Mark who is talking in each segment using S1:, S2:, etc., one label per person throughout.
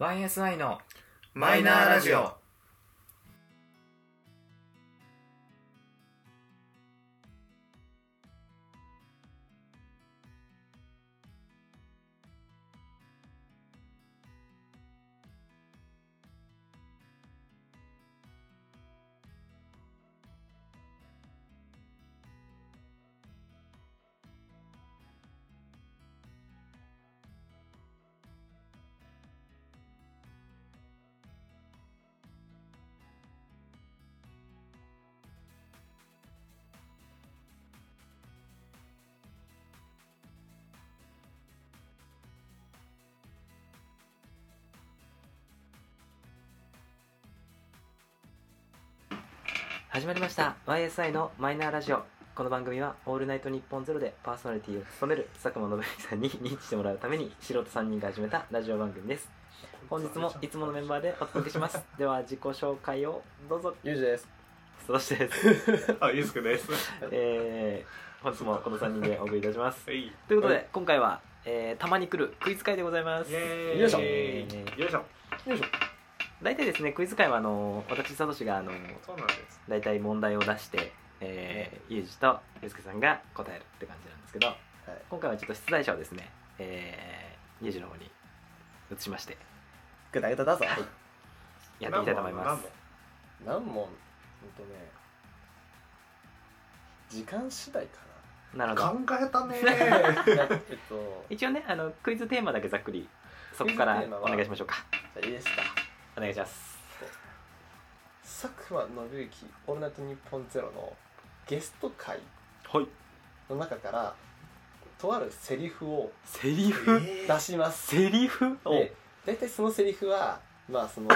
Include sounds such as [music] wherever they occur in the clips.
S1: YSI の
S2: マイナーラジオ。
S3: 始まりました YSI のマイナーラジオこの番組は「オールナイトニッポンゼロでパーソナリティを務める佐久間信之さんに認知してもらうために素人3人が始めたラジオ番組です本日もいつものメンバーでお届けし
S2: [laughs]
S3: ますでは自己紹介をどうぞ
S4: ゆうじです。
S3: そ
S2: [laughs]
S3: してです、
S2: あ、ゆうすけです。
S3: えー、本日もこの3人でお送りいたします
S2: はい。イ
S3: ということ
S4: は
S3: で今回は、えーたまに来るクイズ会でございます
S2: ェーイ。
S4: よいしょ
S2: よいしょ。
S4: よいしょ。
S3: 大体ですねクイズ会はあの私サトシがあの
S2: そうなんです。
S3: 大体問題を出して、えー、ゆうじとゆうすけさんが答えるって感じなんですけど、今回はちょっと出題者をですね、えー、ゆうじの方に移しまして
S4: ぐだぐだだぞ。
S3: やっていきたいと思います
S4: 何問ほんとね。時間次第か
S3: なる
S2: 何
S3: ほど
S2: 問考え
S3: [laughs]
S2: た
S4: [laughs]
S2: ね
S4: な。いやえっと、
S3: 一応ねあのクイズテーマだけざっくりそこから
S4: クイズテーマ
S3: お
S4: は
S3: 願いしましょうか
S4: じゃあいいですか。
S3: お願いします
S4: 佐久間信之、オールナイトニッポンゼロのゲスト会
S3: はい
S4: の中から、とあるセリフを
S3: セリ
S2: ー。
S3: フ
S2: え
S4: 出します。
S3: セリフお
S4: で、大体そのセリフは、まあその、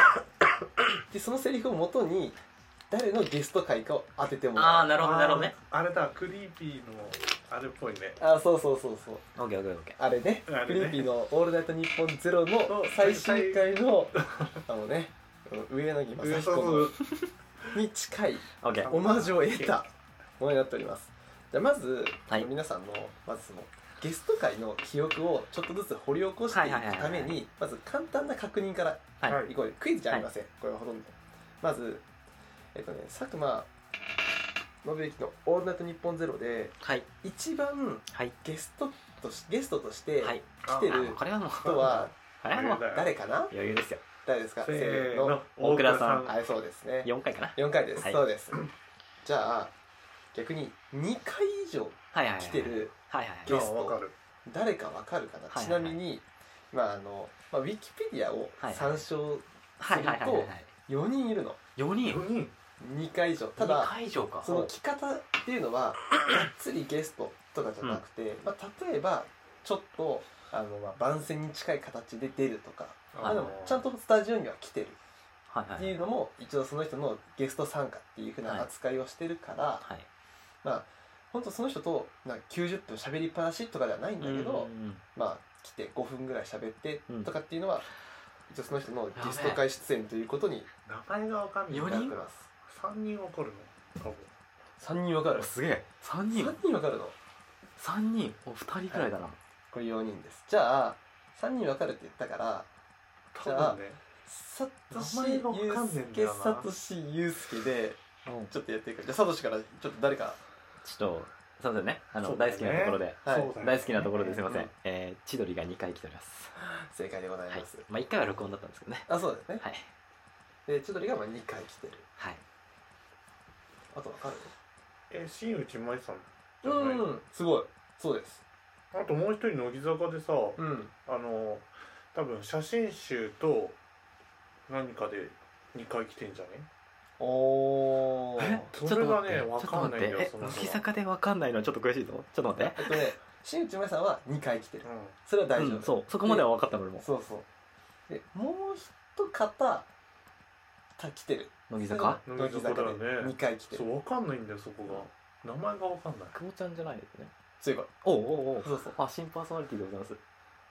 S4: で、そのセリフをもとに、誰のゲスト会かを当ててもらう。
S3: な
S2: あれだ、クリーピーのあれっぽいね。
S4: あ、そうそうそうそう。
S3: オッケーオッケーオッケ
S4: あれね、
S2: あれね
S4: クリーピーの「オールナイトニッポンゼロの最終回のあのね上柳正
S2: 上
S4: 彦
S2: そう
S4: のに近い
S3: ーオッケー
S4: オマージュを得たものになっておりますじゃあまず、
S3: はい
S4: 皆さんのまずそのゲスト会の記憶をちょっとずつ掘り起こしていくため
S3: はいはいはいは
S4: にまず簡単な確認から
S3: はい
S2: はい
S4: いこうクイズじゃありません、これはほとんどまずえっとね佐久間信之の「オールナイトニッポンゼロで
S3: はい
S4: 一番
S3: はい
S4: ゲストとしゲストとして、
S3: はい
S4: 来て
S3: あ
S4: る
S3: これはもう
S4: 人は
S3: これはもう
S4: 誰かな
S3: 余裕ですよ
S4: 誰ですか
S2: せーの。
S3: 大倉さん
S4: はいそうですね
S3: 4回かな
S4: 4回です、
S3: はい
S4: そうですじゃあ逆に2回以上
S3: はいはいはい
S4: 来てる
S3: はいはいはい
S4: ゲ
S2: ゲ
S4: ス
S2: ス
S4: ト
S2: ト。わかる。
S4: 誰かわかるかな、
S3: はい
S4: ちなみにまああの、まあ、ウィキペディアを
S3: はい
S4: 参照
S3: はいはいはいはい
S4: 4人いるの
S3: 4人
S2: 4人。
S4: 2回以上た
S3: 2
S4: だ
S3: 回以上か
S4: その着方っていうのはがっつりゲストとかじゃなくて、まあ、例えばちょっとあの、まあ、番宣に近い形で出るとか、まあ、でもちゃんとスタジオには来てる
S3: はいは
S4: っ
S3: い
S4: ていうのも一応その人のゲスト参加っていうふうな扱いをしてるから、
S3: はい
S4: まあ本当その人となんか90分喋りっぱなしとかではないんだけど、
S3: うん
S4: まあ来て5分ぐらい喋って
S3: うん
S4: とかっていうのは、一応その人のゲスト会出演ということに
S2: 名前がわかんない。
S3: 四
S4: なっ
S3: 人
S4: てます
S2: 3人わかるの。多分。
S4: 3人わかる
S3: すげえ3
S4: 3
S3: 人
S4: 人わかるの
S3: 3人お2人くらいだな
S4: これ4人ですじゃあ3人わかるって言ったからじゃ
S2: 多
S4: あ
S2: 分ね。
S4: サトシ
S2: 名前がわ
S4: ユ
S2: か
S4: ウ
S2: んね
S4: ス
S2: えんだ
S4: ケ
S2: よな
S4: サトシユウスケで
S3: うん
S4: ちょっとやっていくじゃあサトシからちょっと誰か
S3: ちょっとすいませんねあ
S2: そ
S3: の
S2: うだ
S3: 大
S2: ね
S3: 好きなところで
S4: はい
S2: そうだよね
S3: 大好きなところですいませ
S4: うん
S3: えー千鳥が2回来ております
S4: 正解でござい
S3: はい
S4: ます、
S3: まあ1回は録音だったんですけどね
S4: あそうですね
S3: はい
S4: で千鳥がまあ2回来てる
S3: はい
S4: あとわかる
S2: え、新内舞さん。
S4: うんすごいそうです
S2: あともう一人乃木坂でさ、
S4: うん
S2: あの多分写真集と何かで2回来てんじゃね
S4: おお
S3: え
S4: え
S3: ちょっ
S2: それ
S3: と
S2: が
S3: 待
S2: ね
S3: ってちょっと
S2: わかん
S3: 待っ
S2: な
S3: て
S2: いんだよ
S3: え
S2: その
S3: 乃
S2: 人は
S3: 木坂でわかんないのはちょっと悔しいぞちょっと待って
S4: っとね新内舞さんは2回来てる
S2: う
S4: それは大丈夫、
S3: うんそうそこまでは分かったの俺も
S4: そうそうでもう一方た来てる
S3: 乃木坂
S4: それ乃木坂で
S2: 乃木坂だよね
S4: 2回来て
S2: んそ
S4: る
S2: う分かんないんだよそこが名前が分かんない
S3: 久保ちゃんじゃないですね
S4: すごい
S3: おうおうおう
S4: そうそう
S3: あ新パーソナリティでございます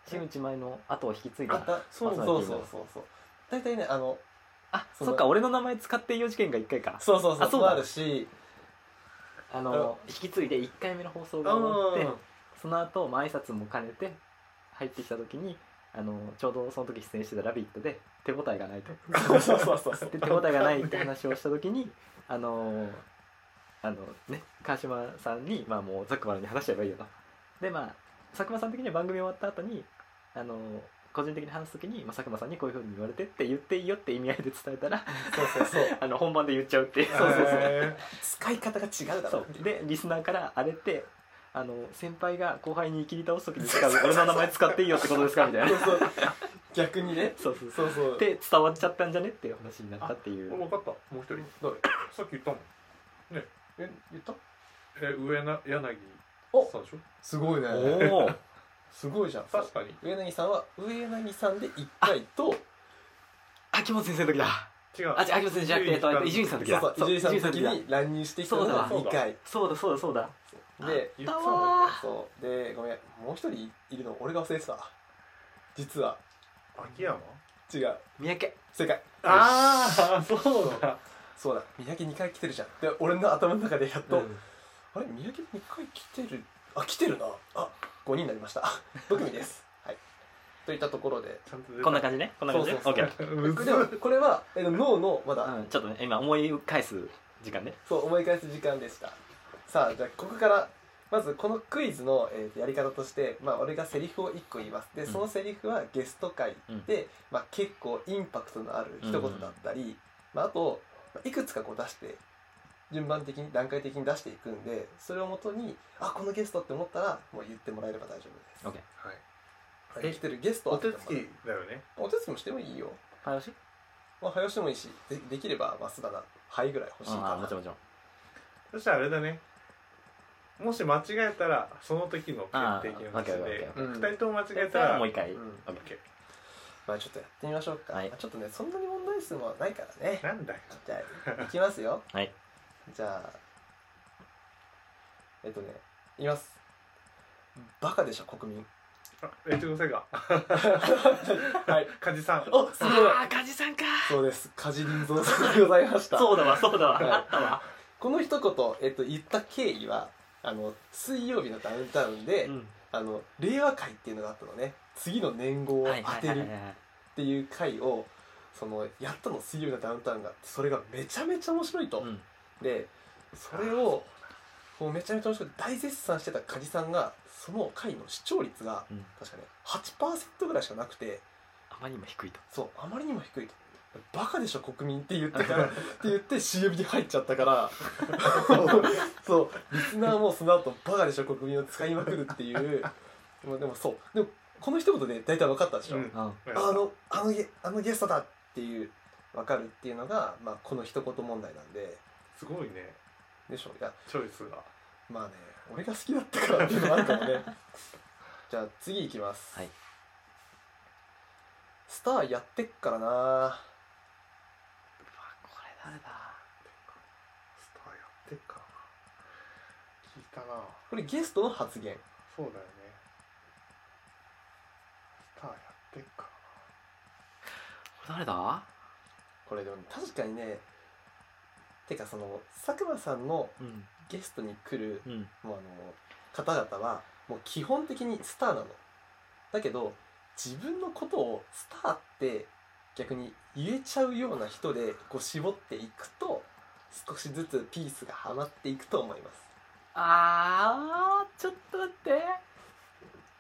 S3: 新内前の後を引き継い
S4: あ
S3: だ
S4: った
S2: そう
S4: そうそうそうそうそう大体ねあの
S3: あ
S4: そう
S3: そっか俺の名前使っていいよ事件が1回か
S4: そうそうそう
S3: あそう
S4: も
S3: だ
S4: あるし
S3: あの引き継いで1回目の放送が終わって
S4: うん
S3: その後、まあ挨拶も兼ねて入ってきた時にあのちょうどその時出演してた「ラビット!」で手応えが
S4: [laughs]
S3: ないと
S4: そうそうそうそう
S3: で手応えがないって話をした時にあのあのね川島さんに、まあ、もうザックバラに話しちゃえばいいよとでまあ佐久間さん的には番組終わった後にあの個人的に話す時に、まあ、佐久間さんにこういうふうに言われてって言っていいよって意味合いで伝えたら
S4: そうそうそう
S3: [laughs] あの本番で言っちゃうっていう
S4: そうそうそう
S2: へ
S4: 使い方が違うだ
S3: そ
S4: ろう
S3: うでリスナーからあれってあの先輩が後輩に切り倒す時に使う俺の名前使っていいよってことですかみたい
S4: そう
S3: な
S4: そう逆にね
S3: そうそうそ
S4: そうそう
S3: うで伝わっちゃったんじゃねっていう話になったってい
S2: ー
S3: う
S2: 分かったもう一人
S4: どれ
S2: さっき言ったもん
S4: え言った
S2: え上な柳
S4: お
S2: さんでしょ
S4: すごいね
S3: おお
S4: すごいじゃん
S2: 確かに
S4: 上柳さんは上柳さんで一回と
S3: 秋元先生の時だ
S2: 違う
S3: あ違う秋元先生じゃなくてえっと伊集院さんの時だ
S4: そうそう伊集院さんの
S3: そう
S4: 時に乱入してきたのが2回
S3: そうだそうだそうだそうだ
S4: で
S3: あった
S2: そう
S3: わー
S4: そうでごめんもう一人いるの俺が忘れてた実は
S2: 秋山
S4: 違う
S3: 三宅
S4: 正解
S2: ああそうだ
S4: そうだ三宅2回来てるじゃんで俺の頭の中でやっと、
S3: うん
S4: あれ三宅2回来てるあ来てるなあ5人になりました6組ですはいといったところで
S2: ちゃんと出た
S3: こんな感じねこんな感じね
S4: そう
S3: オ
S4: そ
S3: ッ
S4: う
S3: ケ
S4: そ
S3: ー
S2: [laughs]
S4: う
S2: むず
S4: でもこれはえー脳のまだ、
S3: うんちょっとね今思い返す時間ね
S4: そう思い返す時間でしたさあじゃあここからまずこのクイズの、えーやり方として、まあ、俺がセリフを1個言いますで
S3: うん
S4: そのセリフはゲスト会で、まあ、結構インパクトのある一言だったり、まあ、あとまあいくつかこう出して順番的に段階的に出していくんでそれをもとにあこのゲストって思ったらもう言ってもらえれば大丈
S3: オ
S4: 夫
S3: ッケ
S4: で
S3: ー
S2: はい
S4: すできてるゲスト
S2: お
S4: は
S2: 手つきだよね
S4: お手つきもしてもいいよ、
S3: 早押し
S4: まあ、早押しでもいいしでできれば増田なはいぐらい欲しい
S3: ああ
S4: か
S3: もちろんもちろん
S2: そしたらあれだねもし間違えたらその時の
S3: あー
S2: 決定的な話
S3: オッケーオッケーオ
S2: で
S3: ッ
S4: ケー
S2: 二人とも間違え
S3: そ
S2: た
S3: れ
S2: ら
S3: はもう一回
S4: な、
S3: オッ
S4: うん
S3: ケー
S2: オッケ
S4: まあちょっとやってみましょうか、
S3: はい
S4: まあちょっとねそんなに問題数もないからね
S2: ーなんだよ
S4: じゃあいきますよ
S3: はい
S4: じゃあえっとねいきますバカでしょ国民
S2: あえちごせが
S4: はい
S2: 梶さん
S4: おすごい
S3: あ梶さんか
S4: そうです梶林蔵さんでございました
S3: そうだわそうだわ
S4: はい
S3: あったわ
S4: この一言、えっと、言った経緯はあの水曜日のダウンタウンで、
S3: うん
S4: あの令和会っていうのがあったのね次の年号を
S3: はい
S4: 当
S3: はい
S4: て
S3: はい
S4: る
S3: はい
S4: っていう回をそのやったの水曜日のダウンタウンがそれがめちゃめちゃ面白いと、
S3: うん
S4: でそれをもうめちゃめちゃ面白くて大絶賛してた梶さんがその回の視聴率が
S3: うん
S4: 確かね8%ぐらいしかなくて
S3: あまりにも低いと
S4: そうあまりにも低いと「バカでしょ国民」って言ってから
S3: [laughs]
S4: って言って CM に入っちゃったから [laughs] そうリスナーもその後バカでしょ国民」を使いまくるっていうまあでもそうでもこの一言で大体分かったでしょ、
S2: うん
S3: うん
S4: あのあのゲあのゲストだっていう分かるっていうのが、まあ、この一言問題なんです
S2: ごいね
S4: でしょいや
S2: チョイスが
S4: まあね俺が好きだったからっていうのもあるか
S3: [laughs]
S4: もねじゃあ次いきます
S3: はい
S4: スターやってっからな
S3: これ誰だ
S2: スターやってっかな聞いたな
S4: これゲストの発言
S2: そうだよねスターやってっか
S3: 誰だ
S4: これでも確かにねてかその佐久間さんの
S3: うん
S4: ゲストに来る
S3: うん
S4: もうあの方々はもう基本的にスターなのだけど自分のことをスターって逆に言えちゃうような人でこう絞っていくと少しずつピースがはまっていくと思います
S3: あーちょっと待っ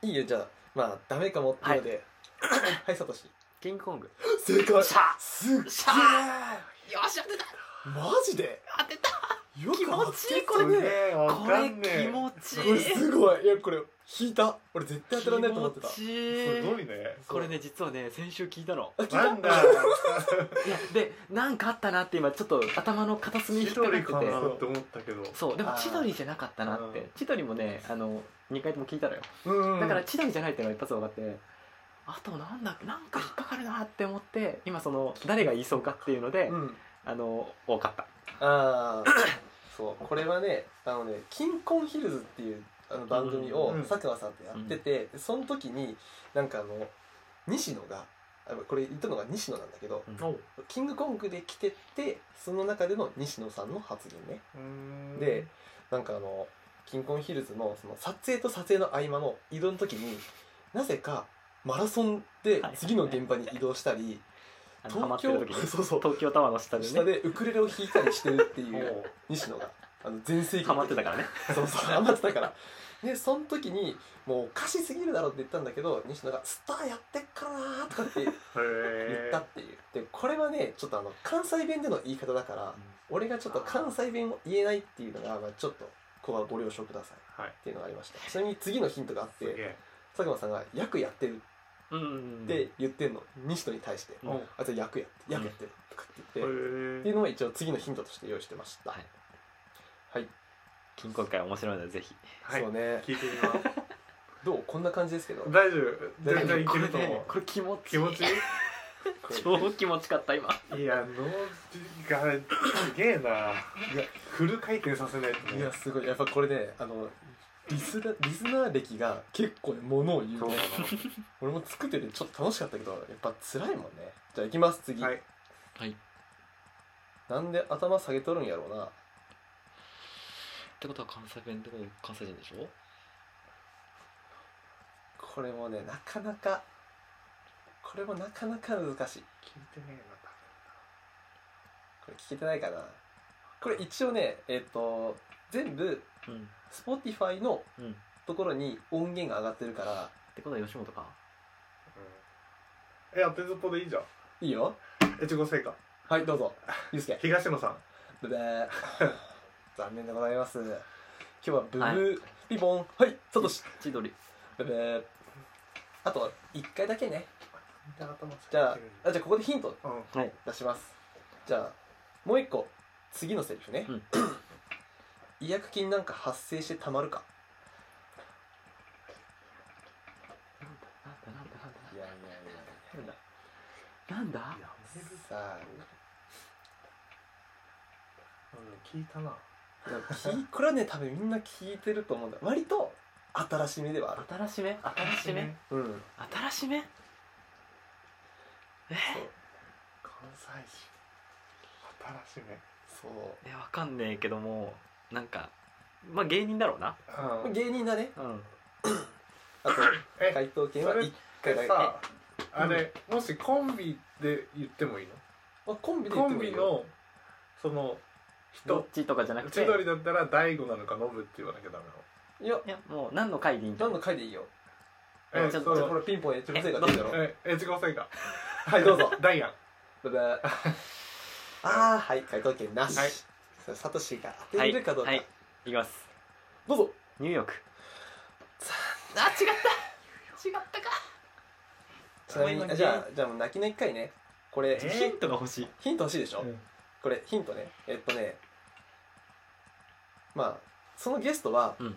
S3: て
S4: いいよじゃあまあダメかもっていうので [coughs] はいサトシ
S3: キングコング
S4: 正解
S3: しゃ
S4: すっげえ
S3: しゃよし当てた
S4: マジで
S3: 当てた
S4: よく
S3: 気持ちいい
S4: 当てた
S3: これ
S4: ね
S2: えわ
S3: こ
S2: か
S3: れ
S2: んねえ
S3: 気持ち
S4: こ
S3: い
S4: れ
S3: い
S4: すごいいやこれ引いた俺絶対当てられないと思ってた
S3: 気持ちい
S2: す
S3: い
S2: ごいね
S3: これね実はね先週聞いたの
S2: なんだ
S3: [laughs] いやでなんかあったなって今ちょっと頭の片隅に引っ
S2: 千
S3: かかって
S2: 鳥
S3: て
S2: かなって思ったけど
S3: そうでも
S4: あー
S3: 千鳥じゃなかったなっ
S2: うん
S3: て千鳥もねあの2回とも聞いたのよ
S4: うん
S3: だから千鳥じゃないっていうのが一発分かってあとなんだなんか引っかかるなって思って今その誰が言いそうかっていうので、
S4: うん
S3: あの多かった
S4: ああそうこれはねあのね「キンコンヒルズ」っていうあの番組を
S2: うん
S4: 佐久間さんとやってて、でその時になんかあの西野があこれ言ったのが西野なんだけど
S3: うん
S2: おう
S4: 「キングコング」で来ててその中での西野さんの発言ね
S2: ーん
S4: でなんかあの「キンコンヒルズの」その撮影と撮影の合間の移動の時になぜかマラソンで
S3: はい
S4: 次の現場に移動したり
S3: あのハマ
S4: 東
S3: ってる
S4: 京
S3: 時に [laughs]
S4: そうそう
S3: 東京タワーの下でね
S4: 下でウクレレを弾いたりしてるってい
S2: お
S4: う
S2: う
S4: 西野があの全盛期
S3: ハマってたからね
S4: らそうそうハマってたからでその時にもうおかしすぎるだろって言ったんだけど西野が「スターやってっからな」とかって言っ
S2: へ
S4: たっていうでこれはねちょっとあの関西弁での言い方だから俺がちょっと関西弁を言えないっていうのが、まあ、ちょっとここはご了承ください
S2: はい
S4: っていうのがありましたちなみに次のヒントがあっ
S2: すげ
S4: て
S2: え
S4: 佐久間さんが「役やってる」
S3: うんうんうん
S4: って言ってんの、西野に対して
S3: うん
S2: おへ
S4: 「あいつは役やって役やってる」とかって言って、ってい
S2: え
S4: うのを一応次のヒントとして用意してました
S3: はい
S4: はい、
S3: 金婚会面白いのでぜひ
S2: はい
S4: そうね
S2: 聞いてみます
S4: どうこんな感じですけど
S2: 大丈夫全然いける
S3: こ
S2: と
S3: れ
S2: 思
S3: ね
S2: う
S3: これ気持ちい
S2: 気
S3: い
S2: 持ちいい
S4: これ
S3: 超気持ちかった今
S2: いや脳がすげえないやフル回転させないと
S4: い
S2: ね
S4: やすごいやっぱこれねあのリスナリスナー歴が結構ねものを言う
S2: そう
S4: ね
S2: な
S4: 俺も作っててちょっと楽しかったけどやっぱ辛いもんねじゃあ行きます次、
S2: のはい
S4: なんで頭下げとるんやろうな
S3: ってことは関西弁ってこと関西人でしょ
S4: これもねなかなかこれもなかなか難しい
S2: 聞いてね
S4: これ聞けてないかなこれ一応ねえっ、と全部
S3: うんっ
S4: Spotify の
S3: うん
S4: ところに音源が上がってるから
S3: てことは吉本か
S2: えなうんえ当てずっぽでいいじゃん
S4: いいよ
S2: 越後製菓
S4: はいどうぞゆうすけ
S2: 東野さん
S4: ブブー [laughs] 残念でございます今日はブブー、ピボンはいサトシ
S3: 千鳥
S4: ブブーあと1回だけねじ
S2: じゃ
S4: ゃ
S2: あ
S4: ああじゃあここでヒント
S2: うん
S3: はい
S4: 出しますじゃあもう一個次のセリフね、 [coughs]
S3: うん
S4: 違約金なんか発生してたまるか
S3: なんだなんだ
S4: いやいやい
S3: なんだなんだなんだ
S2: やめる
S4: さあ
S2: うん聞いたな
S4: でも聞いこれはね多分みんな聞いてると思うんだ割と新しめではある
S3: 新しめ新しめ
S4: うん
S3: 新しめえ
S2: 関西人新し
S4: そう
S3: えわかんねえけどもなんかまあ芸人だろうな
S4: まあ
S2: めうん
S4: 芸人だね
S3: うん
S4: あ [coughs] と
S2: え
S4: 回答権は1回だけ
S2: さあれもしコンビで言ってもいいの
S4: まあ、コンビで言
S2: コ
S4: って
S2: ン
S4: もいい
S2: ビ
S4: よ
S2: のその
S3: どっ
S2: 人
S3: ちとかじゃなくて
S2: 千鳥だったら大悟なのかノブって言わなきゃダメ
S4: いや
S3: いやもう何の会でいいんじゃ
S4: 何
S3: ない
S4: の回でいいよ
S2: なの
S3: えちょっと
S4: じ
S2: そ
S4: ゃあ
S2: う
S4: これピンポンやっちゃうせいかでいいだろう
S2: え越後製菓
S4: はいどう [laughs] ぞ
S2: ダイアン
S4: ブブー [laughs] ああはい回答権なし、
S2: はい
S4: さあサトシが当てれるかどうか、
S3: はい、いきます
S4: どうぞ
S3: ニューヨークあ違った違ったか
S4: ちなみにあじゃあじゃあもう泣きの1回ねこれ、
S2: えー
S4: ヒ
S3: ヒ
S4: ン
S3: ントが欲しい
S4: ヒント欲しいでしょ、
S2: うん
S4: これヒントねえっとねまあそのゲストは
S3: うん
S4: 2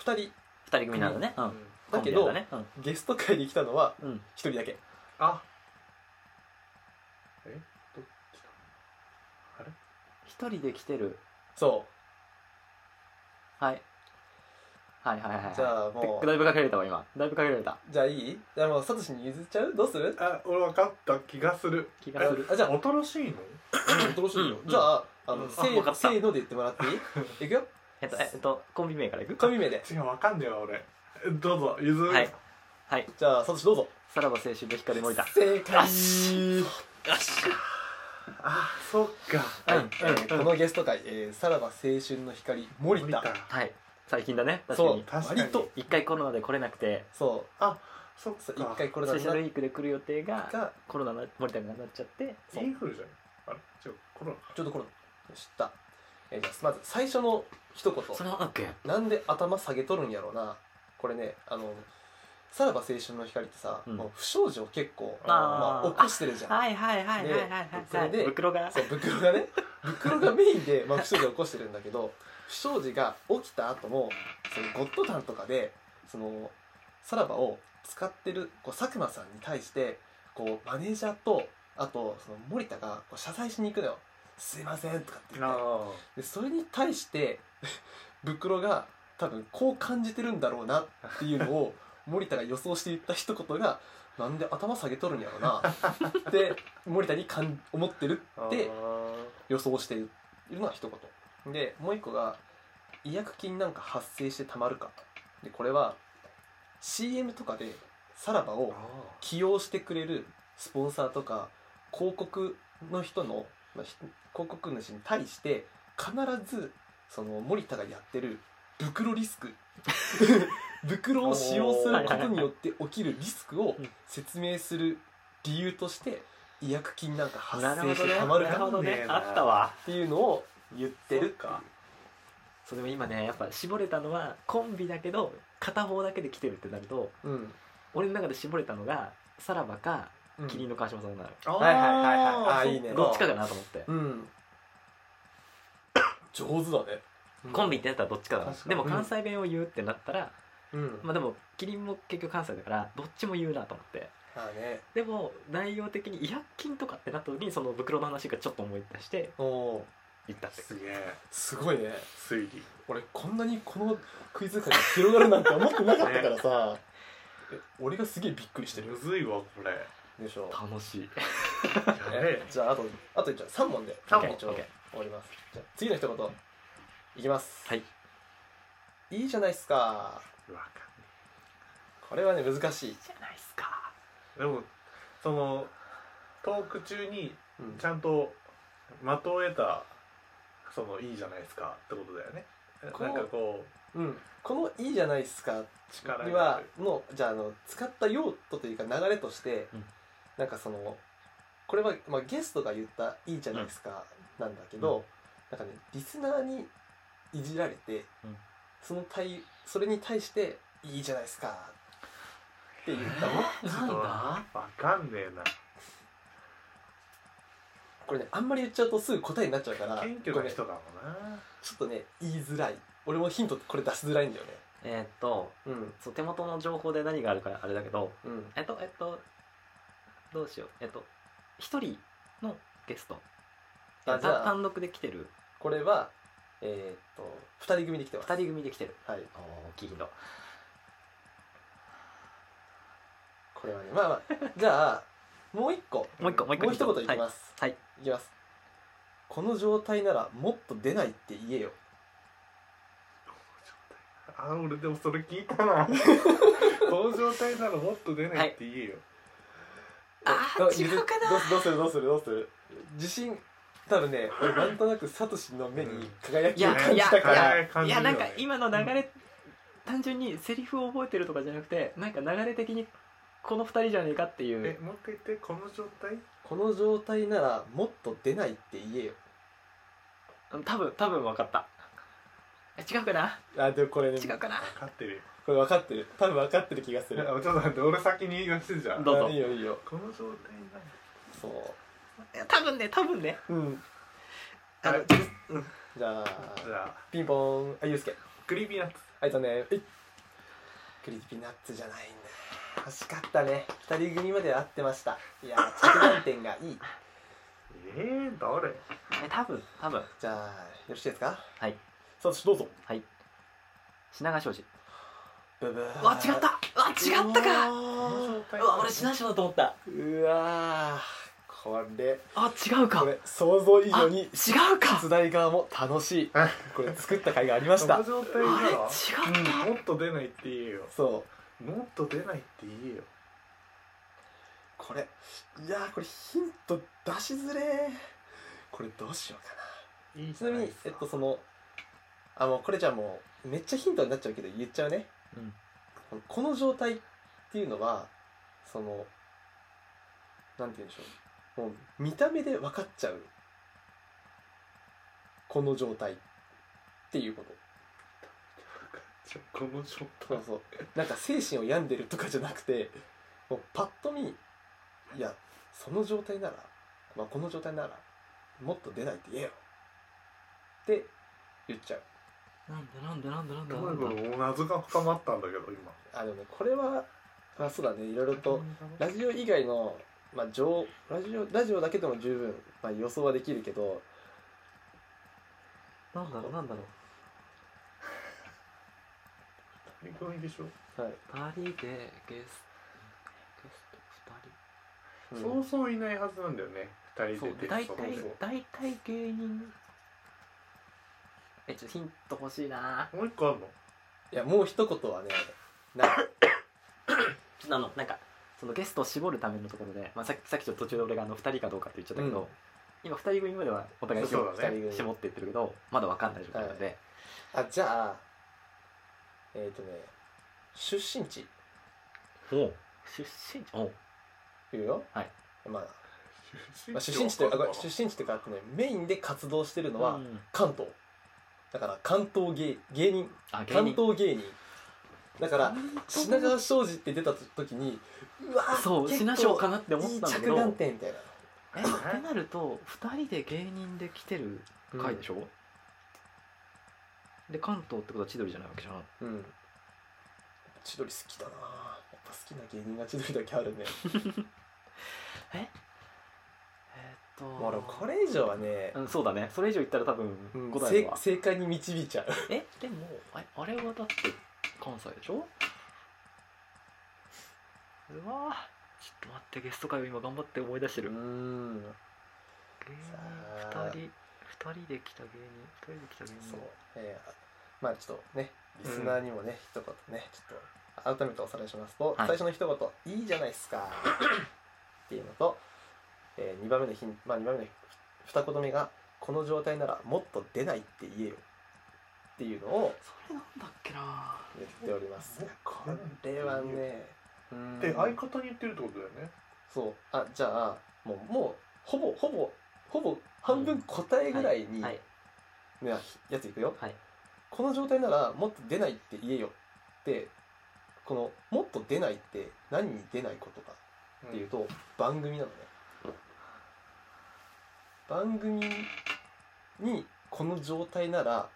S4: 人
S3: 二人組なんだねうん
S4: だけど
S3: コンビなんだね
S4: ゲスト会に来たのは
S3: うんうん
S4: 1人だけ
S2: あえどっちだあれ
S3: 一人で来てる
S4: そ
S3: はいはいはいはいはいう
S4: じゃあも
S3: だいぶかけられたわ今だいぶかけられた
S4: うじゃあいいじゃあもうサトシに譲っちゃうどうする
S2: あ俺分かった気がする
S3: 気がする
S4: あじゃあ
S2: 恐ろしいの
S4: 恐ろしいよ、
S3: うん
S4: じゃああの、
S2: うん
S4: せ
S3: あわか
S4: ー
S3: った
S4: せーので言ってもらってい
S3: [laughs]
S4: いいくよ
S3: えっとえっとコンビ名からいく
S4: 神目で
S2: 違う分かんねえわ俺どうぞゆずる
S3: はいはい
S4: じゃあサトシどうぞ
S3: さらば青春の光森田
S4: 正解
S3: よしよし
S2: あそっか
S3: うん
S4: えーこのゲスト会、えーさらば青春の光森田
S3: はい最近だね確か
S4: そ
S3: に
S4: う
S2: 確かに
S4: 割と
S3: 一回コロナで来れなくて
S4: そ
S2: そっ
S4: うそう
S2: か
S4: 一回コロ
S3: ス
S4: ナ
S3: ペ
S4: に
S3: シ
S4: な
S3: ャ
S4: っ
S3: ルウィークで来る予定
S4: た
S3: が
S4: が
S3: コロナな森田がなっちゃって
S2: インフルじゃんあれ違うコロナ
S4: ちょうどコロナ知った、えーじゃあまず最初の一言
S3: それは OK
S4: なんで頭下げとるんやろうなこれねあのさらば青春の光ってさ、
S3: うん
S4: もう不祥事を結構
S3: あー
S4: まあ、起こしてるじゃん
S3: はいはいはいはいはいはい
S4: でそれで
S3: 袋が
S4: そう袋がね袋がメインで、まあ、不祥事を起こしてるんだけど不祥事が起きた後もそのゴッドタンとかでそのさらばを使ってるこう佐久間さんに対してこうマネージャーとあとその森田がこう謝罪しに行くのよ「すいません」とかって言って
S2: あ
S4: でそれに対して [laughs] 袋が多分こう感じてるんだろうなっていうのを森田が予想して言った一言が「なんで頭下げとるんやろな」って森田にかん思ってる
S2: あ
S4: って予想しているのは一言でもう一個が違約金なんか発生してたまるかでこれは CM とかでさらばを
S2: あ
S4: 起用してくれるスポンサーとか広告の人の、まあひ広告主に対して必ずその森田がやってる袋リ
S3: [laughs]
S4: スク袋を使用することによって起きるリスクを
S2: うん
S4: 説明する理由として違約金なんか発
S3: なるほ
S4: 生し
S3: どね
S4: てたまる
S3: なる
S4: か
S3: ほど
S2: ね
S3: ね
S2: えな
S3: あったわ
S4: っていうのを言ってるか
S3: そうでも今ねやっぱ絞れたのはコンビだけど片方だけで来てるってなると
S4: うん、
S3: 俺の中で絞れたのがさらばか
S4: うん
S3: 麒麟の川島さんなのよ、
S2: あ
S4: はいはいはいはいあーいいね
S3: どっちかかなと思って、
S4: [coughs] うん、上手だね
S3: コンビってなったらどっちかだな
S2: 確かに
S3: でも関西弁を言うってなったら、
S4: うん
S3: まあでもキリンも結局関西だからどっちも言うなと思って
S4: まあね
S3: でも内容的に違約金とかってなった時にその袋の話がちょっと思い出して
S4: おおー
S3: 言ったって
S2: すげえ
S4: すごいね
S2: 推理
S4: 俺こんなにこのクイズ界が広がるなんて思ってなかったからさ、え俺がすげえびっくりしてる
S2: むずいわこ [laughs] れ
S4: でしょ
S3: 楽しい
S2: やべえ
S4: じゃああとあとじゃあ3問で
S3: 三問
S4: 一応
S3: OK
S4: 終わりますじゃあ次の一言いきます
S3: はい
S4: いいじゃないっすか
S2: わかんない
S4: これはね難しい、
S3: じゃないっすか
S2: でもそのトーク中に
S4: うん
S2: ちゃんと的を得たそのいいじゃないですかってことだよね
S4: こう
S2: なんかこ
S4: うんこの「いいじゃないっすか」
S2: う力
S4: に
S2: があ
S4: は
S2: る
S4: のじゃああの使った用途というか流れとして、
S3: うん
S4: なんかそのこれは、まあ、ゲストが言った「いいじゃないですか」なんだけど、なんかねリスナーにいじられて、
S3: うん
S4: その対それに対して「いいじゃないですか」って言ったの
S3: なんだ
S2: わかんねえな
S4: これねあんまり言っちゃうとすぐ答えになっちゃうから
S2: 謙虚
S4: こ
S2: な
S4: れねちょ
S2: 人だもんな
S4: っとね言いづらい俺もヒントこれ出しづらいんだよね
S3: えーっと
S4: うん
S3: そう手元の情報で何があるかあれだけど
S4: うん
S3: えっとえっとどうしようえっと一人のゲスト
S4: あじゃあ
S3: 単独で来てる
S4: これはえーっと2人組で来てます
S3: 二人組で来てる
S4: はい
S3: おおキリンの
S4: これはねまあまあじゃあもう一個
S3: もう一個もう一個
S4: もう一言いきます、、
S3: はいはい
S4: きますこの状態ならもっと出ないって言えよ
S2: あ俺でもそれ聞いた
S3: [laughs]
S2: なこの状態ならもっと出ないって言えよ、
S3: あ
S4: ど
S3: ー違うかな
S4: どどうするどうするどうする自信多分ね俺なんとなくサトシの目に輝
S3: い
S4: きを
S3: や
S4: 感
S3: い
S4: じ
S3: や
S4: たか
S2: いや
S4: ら
S3: いやなんか今の流れ、単純にセリフを覚えてるとかじゃなくてなんか流れ的にこの二人じゃねえかっていう
S2: えもう一回言ってこの状態
S4: この状態ならもっと出ないって言えよ
S3: 多分多分分かったえ違うかな
S4: あでもこれね
S3: 違うかな
S2: 分かってるよ
S4: これ分かってる多分分かってる気がす
S2: い
S4: る
S2: やちょっと待って俺先に言いましてじゃん
S3: どうぞ
S4: あいいよいいよ
S2: この状態なら
S4: そ
S3: いや多分ね多分ね
S4: ううん
S3: あの
S2: はい
S3: ちょっと
S4: じゃあ
S2: じゃあ
S4: ピンポーンあゆうすけ
S2: クリーピーナッツ
S4: あいとねはいクリーピーナッツじゃないんだ惜しかったね二人組までは合ってましたいやー着眼点がいい
S2: えー、誰
S3: え多分多分
S4: じゃあよろしいですか
S3: はい
S4: さあどうぞ
S3: はい品川庄司
S4: ブブー
S3: うわ違ったうわ違ったか
S2: この
S4: う
S2: 状
S4: わ
S2: 態
S3: うわ俺品川庄司だと思った
S4: ーうわーこれ
S3: あ違うか
S4: これ想像以
S3: あ
S4: 上
S3: 違
S4: に
S3: うか
S4: 出題側も楽しい
S2: あ
S4: これ作った甲斐がありまし
S2: こ
S4: た
S2: の状態
S3: あ
S2: な
S3: れ違っ
S2: ら
S3: た、
S2: もっと出ないって言えよ
S4: そう
S2: もっと出ないって言えよ
S4: これいやーこれヒント出しづれーこれどうしようかない
S2: い
S4: ち
S2: じゃ
S4: なみ
S2: い
S4: に
S2: ですか
S4: えっとそのあもうこれじゃあもうめっちゃヒントになっちゃうけど言っちゃうね
S3: うん、
S4: このこの状態っていうのはそのなんて言うんでしょうもう見た目で分かっちゃうこの状態っていうこと
S2: ちょこの状
S4: そう
S2: 態
S4: そうなんか精神を病んでるとかじゃなくてもうパッと見いやその状態なら、まあ、この状態ならもっと出ないって言えよって言っちゃう
S3: なんだなんだなんだなんだ
S2: どう
S3: な
S2: いうこ
S3: んだ
S2: と謎が深まったんだけど今
S4: あでもねこれはまあそうだねいろいろとラジオ以外の、まあ、情ラジオラジオだけでも十分、まあ、予想はできるけど
S3: なんだろうなんだろう
S2: 見込みでしょ、
S4: はい、
S3: 二人でゲスゲスト二人
S4: うん
S2: そうそういないはずなんだよね二
S3: そうで
S2: 人で
S3: 大
S2: そ
S3: 体
S2: う
S3: 大体芸人えちょっとヒント欲しいな
S2: もう一個あるの
S4: いやもう一言はねない
S3: ちょっとあのなんかそのゲストを絞るためのところで、まあ、さっきさっきちょっと途中で俺があの2人かどうかって言っちゃったけど、
S4: うん
S3: 今2人組まではお互い絞
S2: そうだね
S3: 二人絞っていってるけどまだ分かんない状態なので、
S4: あじゃあえっ、とね出身地
S3: おう出身地おう
S4: 言うよ
S3: はい
S4: まあまあ、出身地というかあごめん出身地というかあとねメインで活動してるのは
S3: うん
S4: 関東、だから関東芸芸人
S3: あ芸
S4: 関
S3: 人
S4: 東芸人だから品川庄司って出た時にうわー
S3: そう
S4: 結構
S3: 品賞かなって思ったんだけど
S4: いい着眼点みたいな
S3: えってなると2人で芸人で来てる回でしょ、で関東ってことは千鳥じゃないわけじゃん
S4: うん千鳥好きだなやっぱ好きな芸人が千鳥だけあるね
S3: えーっと
S4: もう俺これ以上はね、
S3: うん、そうだねそれ以上言ったら多分
S4: うん
S3: 答え
S4: 正
S3: は、
S4: 正解に導いちゃう
S3: えでもあれあれはだって関西でしょうわちょっと待ってゲスト会を今頑張って思い出して
S4: う
S3: る
S4: ん
S3: 芸
S4: さ
S3: 人
S4: あ
S3: 2人2人で来た芸人2人で来た芸人
S4: そう、えーまあちょっとねリスナーにもね、一言ねちょっと改めておさらいしますと、
S3: はい
S4: 最初の一言「いいじゃないですか」っていうのと、え2番目のひん、まあ、2番目の二言目が「この状態ならもっと出ないって言えよ」っていうのを
S3: それなんだっけな
S4: 言っております
S2: もっ
S4: こと
S2: 出ないって言え
S4: れ
S2: よ
S4: はねうん
S2: で相方に言ってるってことだよね
S4: そうあじゃあもうもうほぼほぼほぼ半分答えぐらいに、
S3: はい
S4: ねやついくよ
S3: はい
S4: この状態ならもっと出ないって言えよってこの「もっと出ない」って何に出ないことかっていうと、番組なのね番組にこの状態なら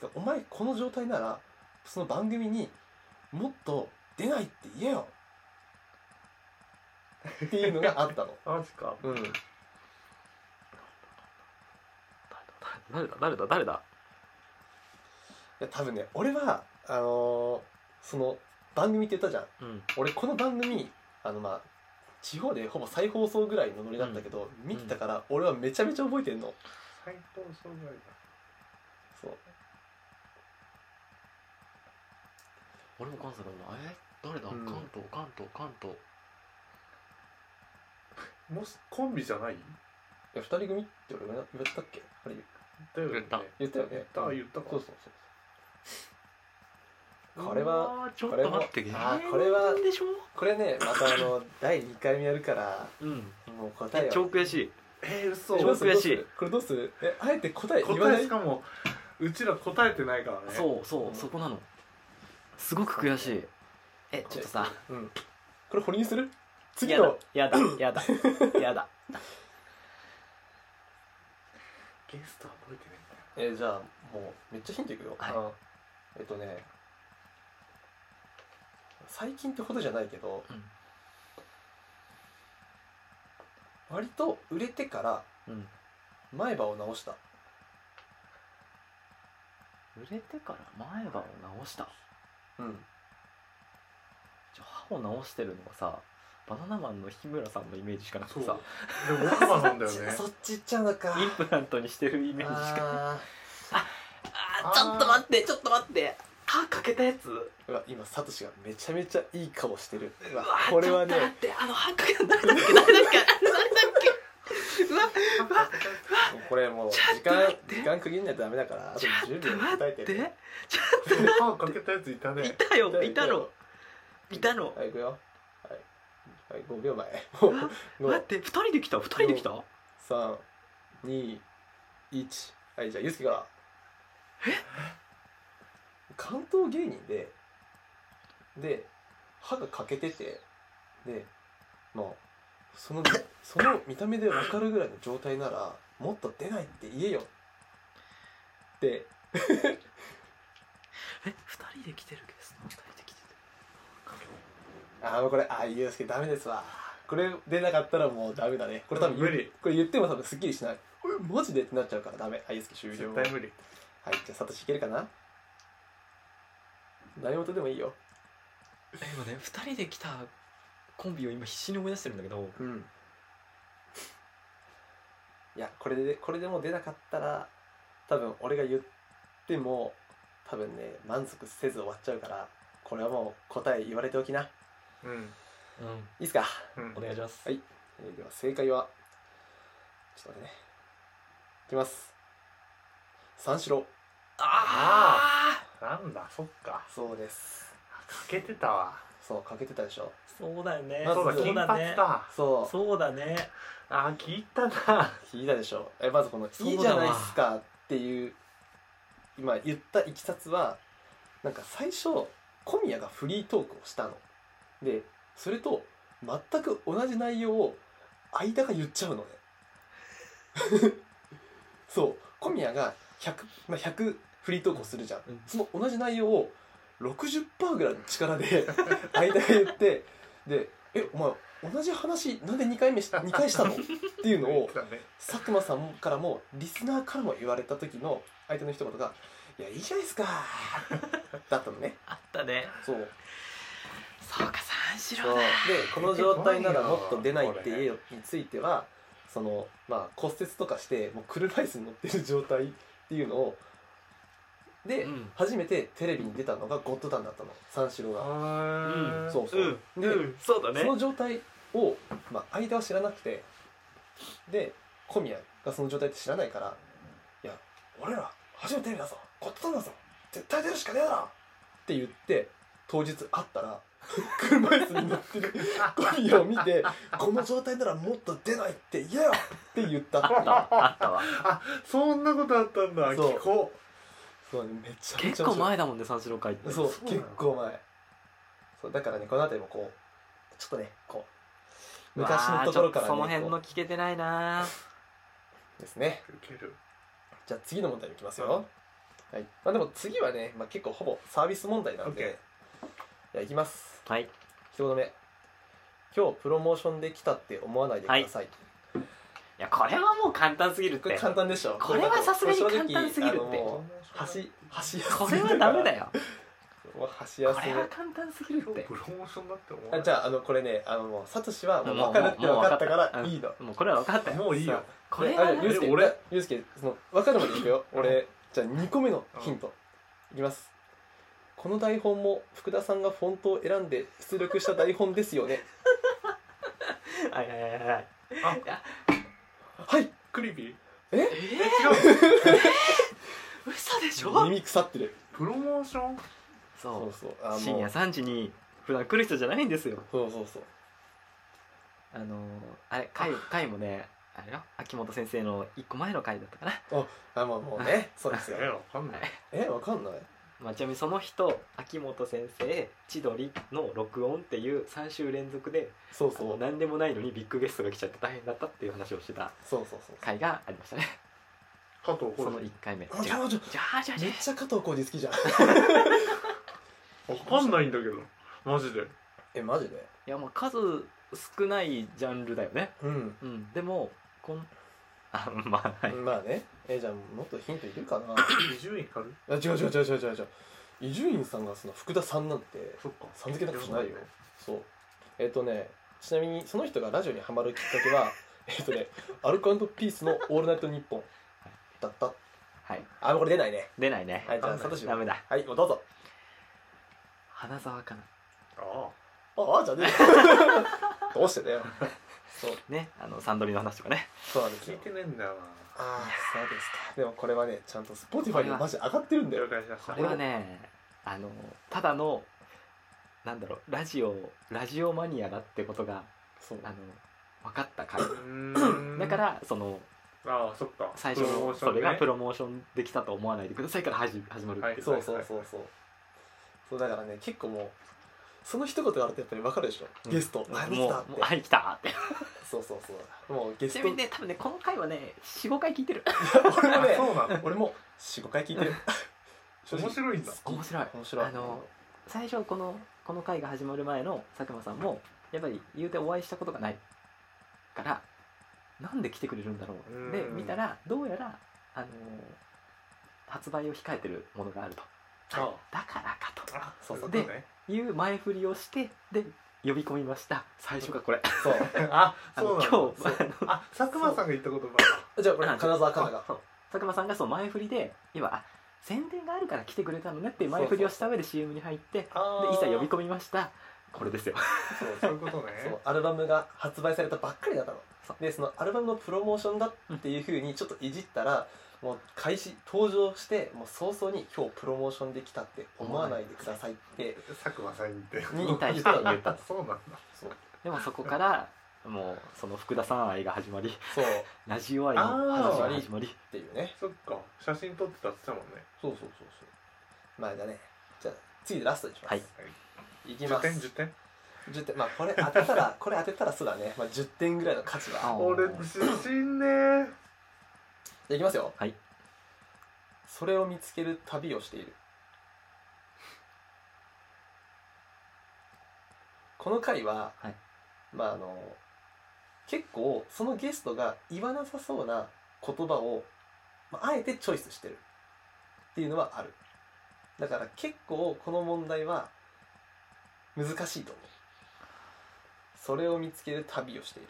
S4: てかお前この状態ならその番組にもっと出ないって言えよっていうのがあったの
S2: マジか
S4: うん
S3: 誰だ誰だ誰だ
S4: いや多分ね俺はあのーその番組って言ったじゃん
S3: うん
S4: 俺この番組あのまあ地方でほぼ再放送ぐらいのノリだったけど、見てたから俺はめちゃめちゃ覚えてんの
S2: 最高そうぐらいだ
S4: そう
S3: 俺も関西だもんなえ誰だ、
S4: うん
S3: 関東関東関東
S2: もしコンビじゃない
S4: いや二人組って俺が言ったっけあれ
S2: だよね
S3: 言った
S4: 言ったよね
S2: 言った言ったか
S4: そうそうそうこれは
S3: うわーちょっと待って芸
S4: これ
S3: 人
S4: はあーこれは
S3: でしょ
S4: これねまたあの第2回目やるから
S3: うん
S4: もう答えは
S3: 超悔しい
S2: えー、嘘
S4: どうする
S3: 超悔しい
S4: どうするこれどうするえあえて答え言わな
S2: 答え
S4: い
S2: しかもうちら答えてないからね
S3: そうそう、
S4: うん
S3: そこなのすごく悔しいえちょっとさ
S4: うんこれ保留にする次
S3: や
S4: の
S3: だやだやだやだ
S2: ゲストは覚えてないんだよ
S4: えーじゃあもうめっちゃヒントいくよ、
S3: はい
S4: あのえっとね最近ってほどじゃないけど、
S3: うん
S4: 割と売れてから
S3: うん
S4: 前歯を直した
S3: 売れてから前歯を直した
S4: うん
S3: じゃあ歯を直してるのがさバナナマンの日村さんのイメージしかなくてさ
S2: でも生なんだよね
S4: [laughs] そっち行っちゃうのか
S3: インプラントにしてるイメージしか
S4: あ
S3: あ
S2: あー
S3: ちょっと待ってちょっと待って歯かけたやつう
S4: ーうわ今サトシがめちゃめちゃいい顔してるうわ
S3: わ
S4: これはね
S3: ちょっと待ってあの歯かけた誰だっけ誰だっけ誰だっけうわ
S4: もうこれもう時
S3: ちょっと
S4: 間
S3: 待って
S4: 時間区切んないとダメだからあと
S3: ちょっ
S4: 10
S3: と
S4: 秒
S3: 待
S4: 答え
S3: ってて
S4: ね
S3: ちょ
S2: 歯かけたやついた
S3: っ
S2: ね
S3: といたよいたのいたの
S4: はい行くよはい、はい、5秒前もう
S3: 待って2人で来た2人で来た
S4: 三、二、一。はい、じゃあ、ゆうすけから。え関東芸人で、で、歯が欠けてて、で、まあ、その、その見た目でわかるぐらいの状態なら、もっと出ないって言えよ。で、
S3: え二2人で来てるゲスト2人で来てる
S4: あー、もうこれ、あー、ゆうすけダメですわ。これ出なかったらもうダメだね。これ多分
S2: 無理
S4: これ言っても多分すっきりしない。これマジでってなっちゃうからダメ。はい、ゆうすけ終了。
S2: 絶対無理
S4: はい、じゃあ、サトシいけるかな何事でもいいよ。
S3: え今ね2人で来たコンビを今必死に思い出してるんだけど
S4: うん。いや、これで、これでもう出なかったら、多分俺が言っても、多分ね、満足せず終わっちゃうから、これはもう答え言われておきな。い
S2: うん
S3: うん
S4: いっすか
S2: うん
S3: お願いします
S4: はいえーでは正解は、ちょっと待ってね。いきます。三四郎。
S2: あなんだそっか
S4: そうです。
S2: 欠けてたわ
S4: そう、欠けてたでしょ。
S1: そうだよね
S4: まず
S2: そうだ金髪だ
S4: そう、
S1: そうだね
S2: あ聞いたな
S4: 聞いたでしょ。え、まずこの、
S3: そうだわ
S4: いいじゃないっすかっていう、今言ったいきさつは、なんか最初、小宮がフリートークをしたの。で、それと、全く同じ内容を、間が言っちゃうのね。 [laughs] そう、小宮が100、まあ、100フリートークをするじゃん。
S3: うん
S4: その同じ内容を60%ぐらいの力で間が言ってで「えお前同じ話なんで2回目し2回したの?」っていうのを
S2: だね
S4: 佐久間さんからもリスナーからも言われた時の相手の一言が「いやいいじゃないですか」だったのね。
S1: あったね
S4: そう
S3: そうか三四
S4: そう
S3: 郎
S4: で
S3: だ
S4: この状態ならもっと出ないって家についてはその、まあ、骨折とかしてもう車椅子に乗ってる状態っていうのをで、
S1: うん
S4: 初めてテレビに出たのがゴッドタンだったの三四郎が、
S2: う
S4: そうそう、
S1: うん
S4: で、
S1: うんそうだ
S4: そ
S1: ね
S4: の状態を、まあ、間は知らなくてで小宮がその状態って知らないから「いや俺ら初めてテレビだぞゴッドタンだぞ絶対出るしかねえだろ!」って言って当日会ったら [laughs] 車椅子に乗っ
S3: [laughs]
S4: てる小宮を見て「この状態ならもっと出ないって言えよ!」って言ったってい
S1: あ
S4: う
S1: ったわ
S2: あそんなことあったんだ
S4: そう
S2: 聞こ
S4: そうねめちゃめち
S3: 結
S4: ゃ
S3: 構
S4: 面白い
S3: 前だもんね三四郎会って
S4: そう
S2: そうなの
S4: 結構前そうだからねこの辺りもこうちょっとねこう昔の
S3: うわー
S4: ところから、ね、
S3: ちょっとその辺
S4: こ
S3: の聞けてないな
S4: うですね
S2: う受ける
S4: じゃあ次の問題に行きますよ、はいまあ、でも次はね、まあ、結構ほぼサービス問題なんで、じゃあいきます
S3: はい
S4: 一言目今日プロモーションで来たって思わないでください、
S3: いやこれはもう簡単すぎるっ
S4: こ
S3: て
S4: れ簡単でしょ
S3: これはさすがに
S4: これ正直
S3: 簡単すぎるって
S4: あのもう箸箸休
S3: これはダメだよ
S4: もう箸
S3: こ
S4: 休
S3: れ
S4: め
S3: は簡単すぎる
S2: 今
S3: っ
S2: 日
S3: て
S2: プロモーションだって思わな
S4: あ
S2: い
S4: じゃああのこれねあのもうサトシはもう分かるって
S3: もうも
S4: 分
S3: う
S4: かったか
S3: もう分かった
S4: らいいの
S3: もうこれは分かったよ
S2: もういいよ
S3: これ
S4: あ
S3: は
S4: じゃあゆうすけ
S2: 俺
S4: 俺ゆうすけその分かるまでいくよ俺じゃあ2個目のヒントいきますこの台本も福田さんがフォントを選んで出力した台本ですよね
S3: はいはいはいはい
S4: はい
S2: クリビー
S3: え
S2: え違う
S3: 嘘でし
S4: 耳腐ってる
S2: プロモーション
S4: そ
S3: そう
S4: そうあもう
S3: 深夜3時に普段来る人じゃないんですよ
S4: そうそうそう
S3: あのーあれ回回もねあれよ秋元先生の1個前の回だったかな
S4: あもうもうねそうですよ
S2: えわかんない
S4: えわかんない
S3: まあ、ちなみにその人秋元先生千鳥の録音っていう3週連続で
S4: そう
S3: あ
S4: そ
S3: の
S4: うそう
S3: 何でもないのにビッグゲストが来ちゃって大変だったっていう話をしてた
S4: そうそうそう
S3: 回がありま [laughs] したね
S2: 加藤
S3: そ
S2: こ
S3: の
S2: れ
S3: 1回目違う
S4: あちょちょ
S3: じゃあじゃあじ
S4: め
S3: ゃ
S4: っちゃ加藤浩次好きじゃん
S2: わかんないんだけどマジで
S4: えマジで
S3: いやまあ数少ないジャンルだよね
S4: うん
S3: うんでもこんあまあはい
S4: まあねえじゃあもっとヒントいるかな
S2: 伊集院光
S4: あ違う違う違う違う違う違う伊集院さんがその福田さんなんて
S2: そっか
S4: さん付けなんかしないよそうえっ、とねちなみにその人がラジオにハマるきっかけは [laughs] えっとねアルコピースの「オールナイトニッポン」だった
S3: はい
S4: あこれ出ないね
S3: 出ないね
S4: はいじゃあ
S2: わか
S4: サ
S2: ん
S4: ト
S2: ない
S4: シ
S3: ダメだ
S4: はいもうどうぞ
S3: 花澤かな
S2: あ
S4: ああじゃねえ [laughs] どうしてだよそう
S3: ねあのサンドリの話とかね
S4: そうなん
S2: あ
S4: です
S2: 聞い
S4: よ
S2: てねえんだよ
S4: ああそうですかでもこれはねちゃんと Spotify にもマジ上がってるん
S2: な
S4: だよ
S2: 了解しまし
S3: こ
S2: た
S3: れはねあのただのなんだろうラジオラジオマニアだってことが
S4: そう
S3: あの分かった回
S2: うーん
S3: だからその
S2: ああそっか
S3: 最初
S2: プロモ
S3: の
S2: ーショ
S3: そ
S2: ン
S3: れ
S2: ね
S3: がプロモーションできたと思わないでくださいから始始まるっていう
S4: そうそうそうそうそうだからね結構もうその一言があるとやっぱり分かるでしょ、
S3: うん
S4: ゲスト何
S3: もう
S4: だっ
S3: もう
S4: て
S3: はい来たって
S4: そうそうそうもうゲ
S3: ち
S4: ス
S3: な
S4: ト
S3: みにね多分ねこの回はね45回聞いてる
S4: 俺も [laughs]
S2: あ
S4: ね
S2: そうなの
S4: 俺も45回聞いてる正直
S2: [laughs] 面白いんだ
S3: 面白い
S4: 面白い
S3: あの最初このこの回が始まる前の佐久間さんもやっぱり言うてお会いしたことがないからなんで来てくれるんだろ
S2: う
S3: うんで見たらどうやらあのー発売を控えてるものがあると
S2: あ
S3: だからか
S2: あ
S4: そうそう
S2: いことね
S3: という前振りをしてで呼び込みました最初がこれ
S4: そう
S2: あ
S3: あ
S2: [laughs] そ
S3: の
S2: うな
S3: 今
S2: の
S3: 日
S2: あ [laughs] 佐久間さんが言った言葉
S4: じゃあこれ
S3: あ
S4: 金沢かな
S3: あ
S4: が
S3: そう佐久間さんがそう前振りで今あ宣伝があるから来てくれたのねって前振りをした上で CM に入ってでいざ呼び込みましたこれですよ
S2: そうそういうことね
S4: そうアルバムが発売されたばっかりだったの
S3: そう
S4: でそのアルバムのプロモーションだっていうふうにちょっといじったら、もう開始登場してもう早々に「今日プロモーションできたって思わないでください」って
S2: 佐久間さんに言って
S4: に
S3: 言い
S2: [laughs]
S3: たい
S4: 言った
S3: 人
S4: の
S3: に言ったんです
S2: そうなんだ
S4: そう
S3: でもそこからもうその福田さん愛が始 [laughs] まり
S4: そうっ
S3: ラジオ愛の話が始まり
S4: ていうね
S2: そっか写真撮ってたって言ってたもんね
S4: そうそうそうそうまあじゃあねじゃあ次でラストにします、
S3: はい
S4: い、き
S2: 10
S4: ます
S2: 点10点
S4: 10点まあこれ当てたらこれ当てたらそうだね、まあ、10点ぐらいの価値は
S3: あ
S2: 俺自信ねー
S4: じゃあいきますよ
S3: はい
S4: それを見つける旅をしているこの回は、
S3: はい
S4: まああの結構そのゲストが言わなさそうな言葉を、まあ、あえてチョイスしてるっていうのはあるだから結構この問題は難しいと思うそれを見つける旅をしている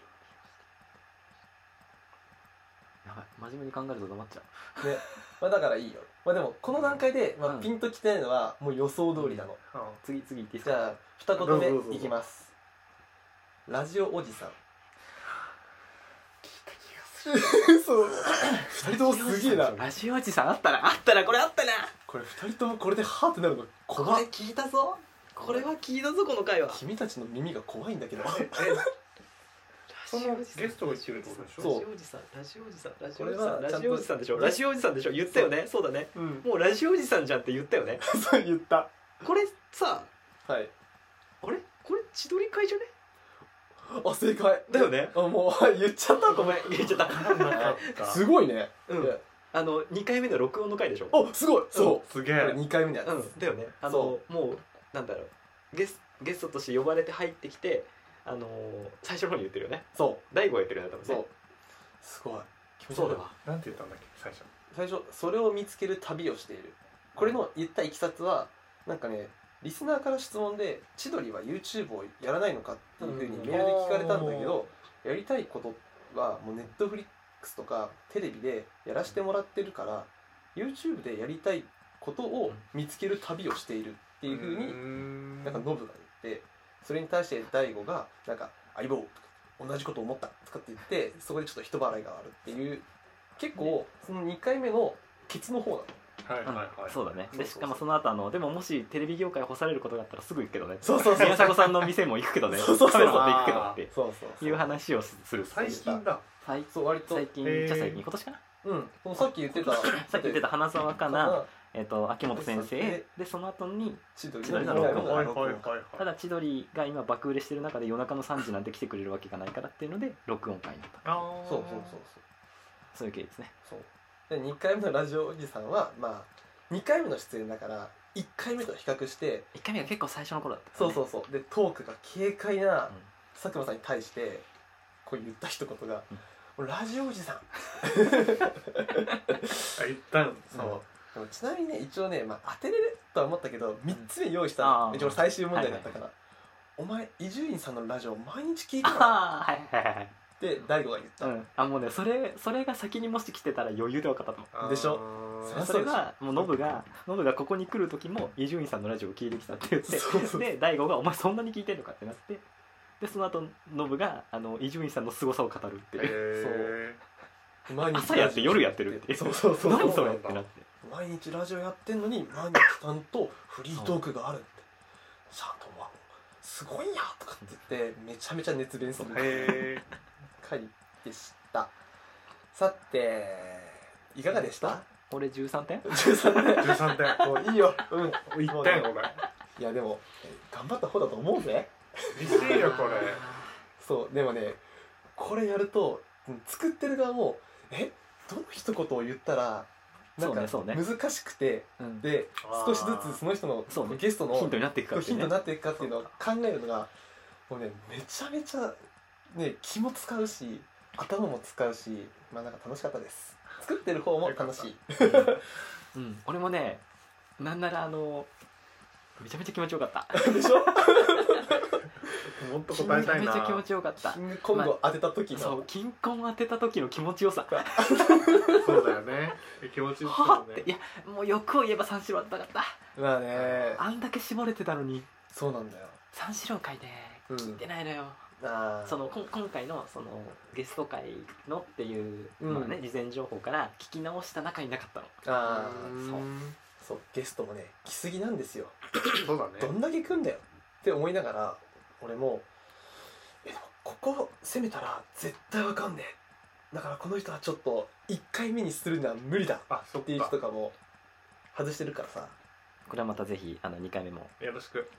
S3: やばい真面目に考えると黙っちゃう
S4: ね、まあだからいいよ。まあでもこの段階で、まあ
S3: うん
S4: ピンときてないのはもう予想通りなの。
S2: あ
S3: 次次行っていいです
S4: じゃ
S3: か
S4: あ二
S2: ど
S4: 言
S2: うぞどうぞ
S4: 目いきます。ラジオおじさん。聞いた気がする。そう。二人ともすげえな。
S3: ラジオおじさんあったなあったなこれあったな
S4: これ二人ともこれでハーってなるの怖い。
S3: 聞いたぞこれは聞いたぞこの回は
S4: 君たちの耳が怖いんだけど。
S2: えそのゲストが言ってるってことでしょ
S4: そう
S3: ラジオおじさんラジオおじさんラジオおじさんラ
S4: これは
S3: ジオおじさんでしょ
S4: ちゃんと
S3: ラジオおじさんでしょ言ったよねそうだね
S4: うん。
S3: もうラジオおじさんじゃんって言ったよね
S4: そう言った。
S3: これさ
S4: はい。
S3: あれこれ千鳥会じゃね
S4: あ正解。
S3: だよね
S4: あもう [laughs] 言っちゃった
S3: ごめん言っちゃった
S2: なんか
S4: [laughs] すごいね。
S3: うん
S4: いや
S3: あの2回目の録音の回でしょ
S4: あすごい。そう。
S2: すげ
S4: これ
S2: え
S4: 二回目のやつ。
S3: うんだよねあの
S4: そ
S3: もうなんだろうゲスゲストとして呼ばれて入ってきてあのー最初の方に言ってるよね
S4: そう。
S3: 大悟が言ってるよね多分
S4: そ
S3: ね
S4: う。すごい。
S3: そうだわ
S2: なんて言ったんだっけ最初
S4: 最初それを見つける旅をしているこれの言ったいきさつはなんかねリスナーから質問で「千鳥は YouTube をやらないのか?」っていうふうにメールで聞かれたんだけど、やりたいことはもう Netflix とかテレビでやらせてもらってるから YouTube でやりたいことを見つける旅をしているっていうふうに
S2: に
S4: なんかノブが言ってそれに対して大悟が「なんか相棒」とか「同じこと思った」とかって言ってそこでちょっと人払いがあるっていう結構その2回目のケツの方なの
S2: はいはいはい
S3: そうだね
S4: そうそうそう
S3: でしかもその後あのでももしテレビ業界干されることがあったらすぐ行くけどね
S4: そうそうそう
S3: 宮迫さんの店も行くけどね
S4: そうそうそう
S3: カメラ持って行くけどって
S4: そうそう
S3: いう話をする
S2: 最近だ
S3: 最
S4: そう割と
S3: 最近
S2: へー
S3: じゃあ最近今年かな
S4: うんそのさっき言ってた
S3: さっき言ってた花澤香菜、
S4: な
S3: えっと秋元先生
S4: で
S3: でその後に
S4: 千鳥
S3: 千鳥
S4: の
S3: の
S2: はい
S3: 録
S2: は
S3: 音
S2: いはいは
S4: 2回目の
S2: い
S4: 録音
S3: ただ千鳥が今爆売れしてる中で夜中の3時なんて来てくれるわけがないからっていうので録音会になった
S2: あー
S4: そうそうそう
S3: そういう経緯ですね
S4: そうそうで2回目のラジオおじさんはまあ2回目の出演だから1回目と比較して
S3: 1回目が結構最初の頃だったから
S4: そう
S3: ね
S4: そうそうでトークが軽快な、
S3: うん
S4: 佐久間さんに対してこう言った一言が「もうラジオおじさん」
S2: あ言ったん
S4: そう、でもちなみにね一応ね、まあ、当てれるとは思ったけど3つ目用意した
S3: あ
S4: の
S3: ー
S4: 一応最終問題だったから「お前伊集院さんのラジオ毎日聞いてた?」
S3: ああはいはいはいはい
S4: って大悟が言っ
S3: [laughs]
S4: た、
S3: うん、あもうねそれそれが先にもし来てたら余裕で分かったと思う
S2: あー
S4: でしょ
S2: そ
S4: そ
S3: それ
S4: うりゃそうでしょ
S3: がもうノブがノブがここに来る時も伊集院さんのラジオを聞いてきたって言って
S4: そうそ
S3: [laughs]
S4: う
S3: で大悟が「お前そんなに聞いてんのか?」ってなってでその後ノブがあの伊集院さんの凄さを語るっていう
S2: へ
S4: 毎
S3: 朝やって夜やってるっていう
S4: そうそうそう
S3: [laughs] 何そ
S2: そう
S3: れ
S2: な
S3: っ
S2: んだ
S3: てなって
S4: 毎日ラジオやってんのに毎日ちゃんとフリートークがあるって佐藤はすごいやとかって言ってめちゃめちゃ熱弁する
S2: ーへ
S4: 回でしたさていかがでした
S3: 俺13点
S4: 13
S2: ー13点
S4: 年もういいようん
S2: 一
S4: もう
S2: 点
S4: ね
S2: これ
S4: いやでもえー頑張った方だと思うぜ
S2: 嬉しいよこれ
S4: そうでもねこれやるとうん作ってる側もえどの一言を言ったらなんか
S3: そうねそうね
S4: 難しくて、
S3: うん
S4: で
S2: あー
S4: [laughs] 少しずつその人の
S3: そうね
S4: ゲストの
S3: ヒントになっていくか
S4: こう
S3: ら
S4: ヒントに
S3: ね
S4: なっていくかっていうのを考えるのがもうねめちゃめちゃね気も使うし頭も使うしまあなんか楽しかったです作ってる方も楽しい
S3: うん、俺もねなんならあのめちゃめちゃ気持ちよかった
S4: でしょ
S2: もっと
S3: めちゃ
S2: 答えたい
S3: め
S2: な
S3: ちゃ気持ちよかった
S4: キングコングを当てた時
S3: そ
S4: の
S3: う金婚当てた時の気持ち
S4: [laughs]
S3: よさは
S2: そうだよね気持ちいいです
S3: あ
S2: よ
S3: ってい
S2: ね
S3: やもう欲を言えば三四郎当てたかった
S4: まあね
S3: あんだけ絞れてたのに
S4: そうなんだよ
S3: 三四郎会ね
S4: うん
S3: 聞いてないのよ、
S4: あー
S3: そのこん今回のそのゲスト会のっていう、
S4: うん
S3: まあね、事前情報から聞き直した中になかったの
S4: あ
S2: う
S4: ー
S2: ん
S4: そうゲストもね来すぎなんですよ
S2: そうだ
S4: ど
S2: ね
S4: んだけ来んだよって思いながら俺も「えでもここ攻めたら絶対わかんねえだからこの人はちょっと1回目にするのは無理だ」っ
S2: あそって
S4: いう人
S2: か
S4: とかも外してるからさ
S3: これはまたぜひあの2回目も
S2: よろしく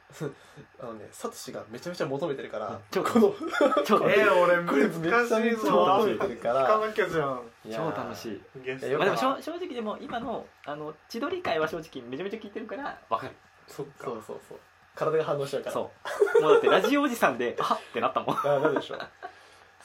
S4: あのねサトシがめちゃめちゃ求めてるから
S3: うん
S4: この
S3: 超
S2: え
S3: 楽しい
S2: ー、俺
S4: これ
S2: 難
S4: めちゃめちゃ
S2: しい
S4: 求
S2: ぞ
S4: めてるか
S2: 聞からなきゃじゃん
S3: [laughs] 超楽し
S4: い
S3: い
S2: ゲス
S4: いやよ
S2: ト
S3: まあ、
S4: か
S3: で
S4: っ
S3: も
S4: た
S3: しょ正直でも今のあの千鳥会は正直めちゃめちゃ聞いてるからわ
S4: [laughs]
S3: かる
S2: そっ
S4: や
S2: か
S4: そうそうそう体が反応しちゃうから
S3: そうもうだってラジオおじさんであってなったもん
S4: あなんでしょう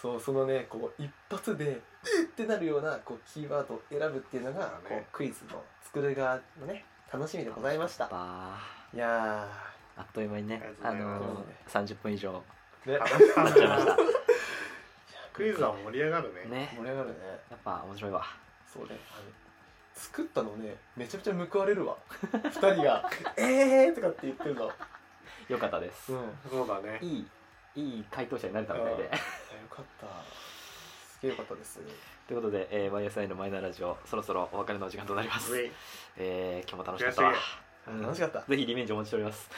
S4: そうそのねこう一発でえっってなるようなこうキーワードを選ぶっていうのが
S2: そう
S4: こ
S2: だ
S4: う
S2: ね
S4: クイズの作る側のね楽しみでございました
S3: あ
S4: いや
S3: ーあっという間にねあ
S2: ありがとう
S4: ござい
S3: の
S4: ま
S3: 30分以上
S4: ーね
S2: 楽しかっ
S3: 経っちゃいました
S2: な
S3: た
S2: クイズは盛り上がるね
S3: ね
S4: 盛り上がるね
S3: やっぱ面白いわ
S4: そうねあの作ったのねめちゃくちゃ報われるわ二人が「えー!」とかって言ってるの
S3: よかったです、
S4: んいやよ
S2: そうだね
S3: いいいい回答者になれたみたいで
S4: かったすげえよかったです
S3: ということで、えー、YSI のマイナーラジオそろそろお別れのお時間となりま
S2: ウ
S3: す
S2: ェイ
S3: えー、今日も楽しかったわ
S2: 悔し
S3: うん
S4: 楽しかった
S3: ぜひリベンジお待ちしております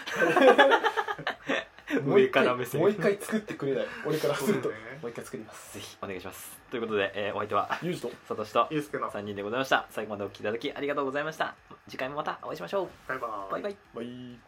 S4: も
S3: 上
S4: う一
S3: か
S4: 回
S3: ら目線
S4: もう一回作ってくれない俺からする
S2: そ
S4: と
S2: う
S4: も
S2: だね
S4: う一回作ります
S3: ぜひお願いしますということで、えー、お相手は
S4: ユージと
S3: サトシと
S2: ゆうすけの
S3: 3人でございました最後までお聞きいただきありがとうございました次回もまたお会いしましょう
S2: バイバーイ
S3: バイバイ
S4: バイ